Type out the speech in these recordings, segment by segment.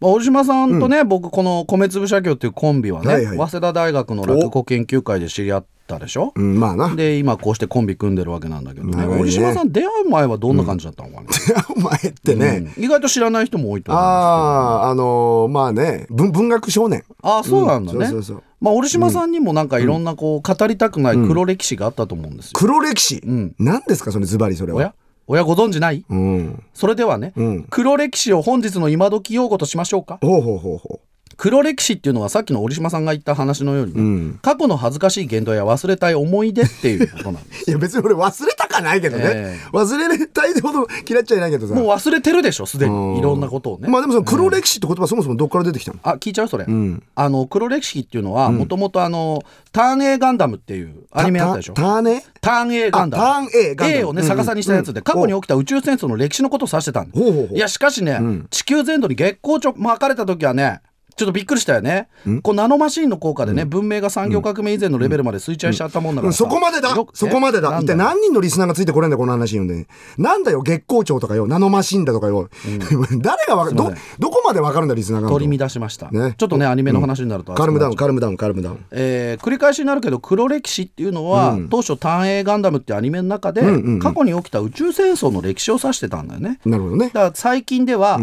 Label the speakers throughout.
Speaker 1: まあ、小島さんとね、僕この米粒社協っていうコンビはね、
Speaker 2: はいはい
Speaker 1: 早稲田大学の落語研究会で知り合ったでしょ、
Speaker 2: うん、まあな。
Speaker 1: で今こうしてコンビ組んでるわけなんだけどね
Speaker 2: 長いね
Speaker 1: 小島さん出会う前はどんな感じだったのかね、
Speaker 2: お前ってね、
Speaker 1: うん意外と知らない人も多いと思う
Speaker 2: ああ、あのーまあね、文文学少年。
Speaker 1: ああそうなんだね、
Speaker 2: うんそうそうそう
Speaker 1: まあ折島さんにもなんかいろんなこう語りたくない黒歴史があったと思うんですよ、
Speaker 2: 黒歴史。
Speaker 1: ん
Speaker 2: 何ですか、それズバリそれ
Speaker 1: お
Speaker 2: は
Speaker 1: や。おやご存知ない
Speaker 2: うん。
Speaker 1: それではね、
Speaker 2: うん
Speaker 1: 黒歴史を本日の今時用語としましょうか
Speaker 2: ほうほうほうほ
Speaker 1: 黒歴史っていうのはさっきの折島さんが言った話のようにね、
Speaker 2: う。うん。
Speaker 1: 過去の恥ずかしい言動や忘れたい思い出っていうことなんです。
Speaker 2: いや、別に俺忘れたかないけどね。
Speaker 1: え
Speaker 2: 忘れたいほど 嫌っちゃいないけど さ。
Speaker 1: もう忘れてるでしょ、すで
Speaker 2: うん
Speaker 1: に。いろんなことをね。
Speaker 2: まあでもその黒歴史って言葉そもそもどっから出てきたの
Speaker 1: あ、聞いちゃうそれ。
Speaker 2: ん
Speaker 1: あの、黒歴史っていうのは、もともとあの、ターン A ガンダムっていうアニメあったでしょ
Speaker 2: タ。ーネ
Speaker 1: ターン A ガンダム。
Speaker 2: あターン A ガンダム
Speaker 1: A をね、逆さにしたやつで、過去に起きた宇宙戦争の歴史のことを指してたんだ
Speaker 2: ほうほうほう
Speaker 1: いや、しかしね、地球全土に月光町巻かれた時はね、ちょっとびっくりしたよね。こうナノマシンの効果でね、文明が産業革命以前のレベルまで衰退しちゃったもんだから
Speaker 2: うん
Speaker 1: さ、
Speaker 2: そこまでだ
Speaker 1: よくね
Speaker 2: そこまでだ
Speaker 1: な
Speaker 2: 一
Speaker 1: ん
Speaker 2: 体何人のリスナーがついてこれんだよこの話読んでなんだよ月光町とかよナノマシンだとかよ 誰がわかる
Speaker 1: すいませ
Speaker 2: ど
Speaker 1: ん
Speaker 2: どこまでわかるんだリスナーが
Speaker 1: 取り乱しました、
Speaker 2: ね
Speaker 1: ちょっとねアニメの話になると熱
Speaker 2: カ
Speaker 1: く
Speaker 2: ル
Speaker 1: な
Speaker 2: ム
Speaker 1: っちゃう、
Speaker 2: ダウンカルムダウンカルムダウン
Speaker 1: えー繰り返しになるけど黒歴史っていうのは、当初「単影ガンダム」っていうアニメの中で、過去に起きた宇宙戦争の歴史を指してたんだよね
Speaker 2: なるほどね
Speaker 1: だから最近では、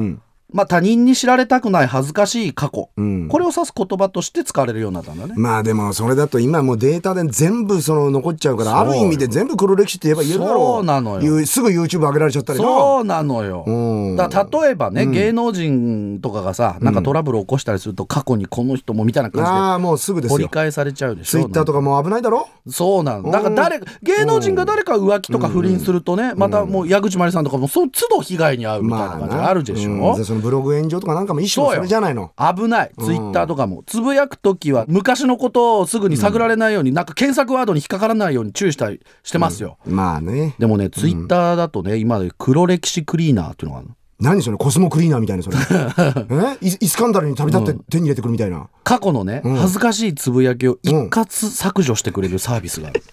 Speaker 1: まあ、他人に知られたくない恥ずかしい過去、これを指す言葉として使われるようになったんだね、
Speaker 2: まあでもそれだと今もうデータで全部その残っちゃうからある意味で全部黒歴史って言えば言えるだろ
Speaker 1: そうなのよ
Speaker 2: いうすぐ YouTube 上げられちゃったりな
Speaker 1: そうなのよ、
Speaker 2: うん
Speaker 1: だから例えばね、芸能人とかがさなんかトラブルを起こしたりすると過去にこの人もみたいな感
Speaker 2: ああもうすぐ
Speaker 1: じ
Speaker 2: で
Speaker 1: で掘
Speaker 2: す
Speaker 1: り
Speaker 2: よ
Speaker 1: 返されちゃうでしょ
Speaker 2: ツイッターとかもう危ないだろ
Speaker 1: そうなの。だから誰か、芸能人が誰か浮気とか不倫するとね、またもう矢口真理さんとかもその都度被害に遭うみたいな感じがあるでしょ。
Speaker 2: うんそのブログ炎上とかなんかも一種の
Speaker 1: そう
Speaker 2: そ
Speaker 1: よ
Speaker 2: れじゃないの
Speaker 1: 危ない。ツイッターとかも。つぶやくときは、昔のことをすぐに探られないように、なんか検索ワードに引っかからないように注意したりしてますよ。
Speaker 2: まあね
Speaker 1: でもね、ツイッターだとね、今で黒歴史クリーナーっていうのがあるの。
Speaker 2: 何それコスモクリーナーみたい なそれえイイスカンダルに旅立って手に入れてくるみたいな、
Speaker 1: 過去のね、恥ずかしいつぶやきを一括削除してくれるサービスがある。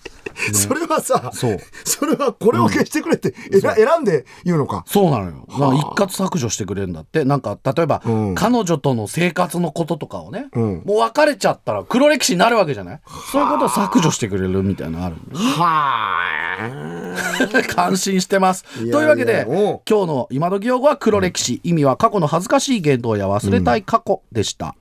Speaker 2: それはさ
Speaker 1: そう
Speaker 2: それはこれを消してくれって、えら選んで言うのか
Speaker 1: そうなのよ。なんか一括削除してくれるんだって。なんか、例えば、
Speaker 2: うん
Speaker 1: 彼女との生活のこととかをね、
Speaker 2: うん
Speaker 1: もう別れちゃったら黒歴史になるわけじゃないそういうことを削除してくれるみたいなのある ん
Speaker 2: は
Speaker 1: で感心してます。
Speaker 2: やいや
Speaker 1: というわけで、
Speaker 2: おう
Speaker 1: 今日の今時用語は黒歴史。意味は過去の恥ずかしい言動や忘れたい過去でした。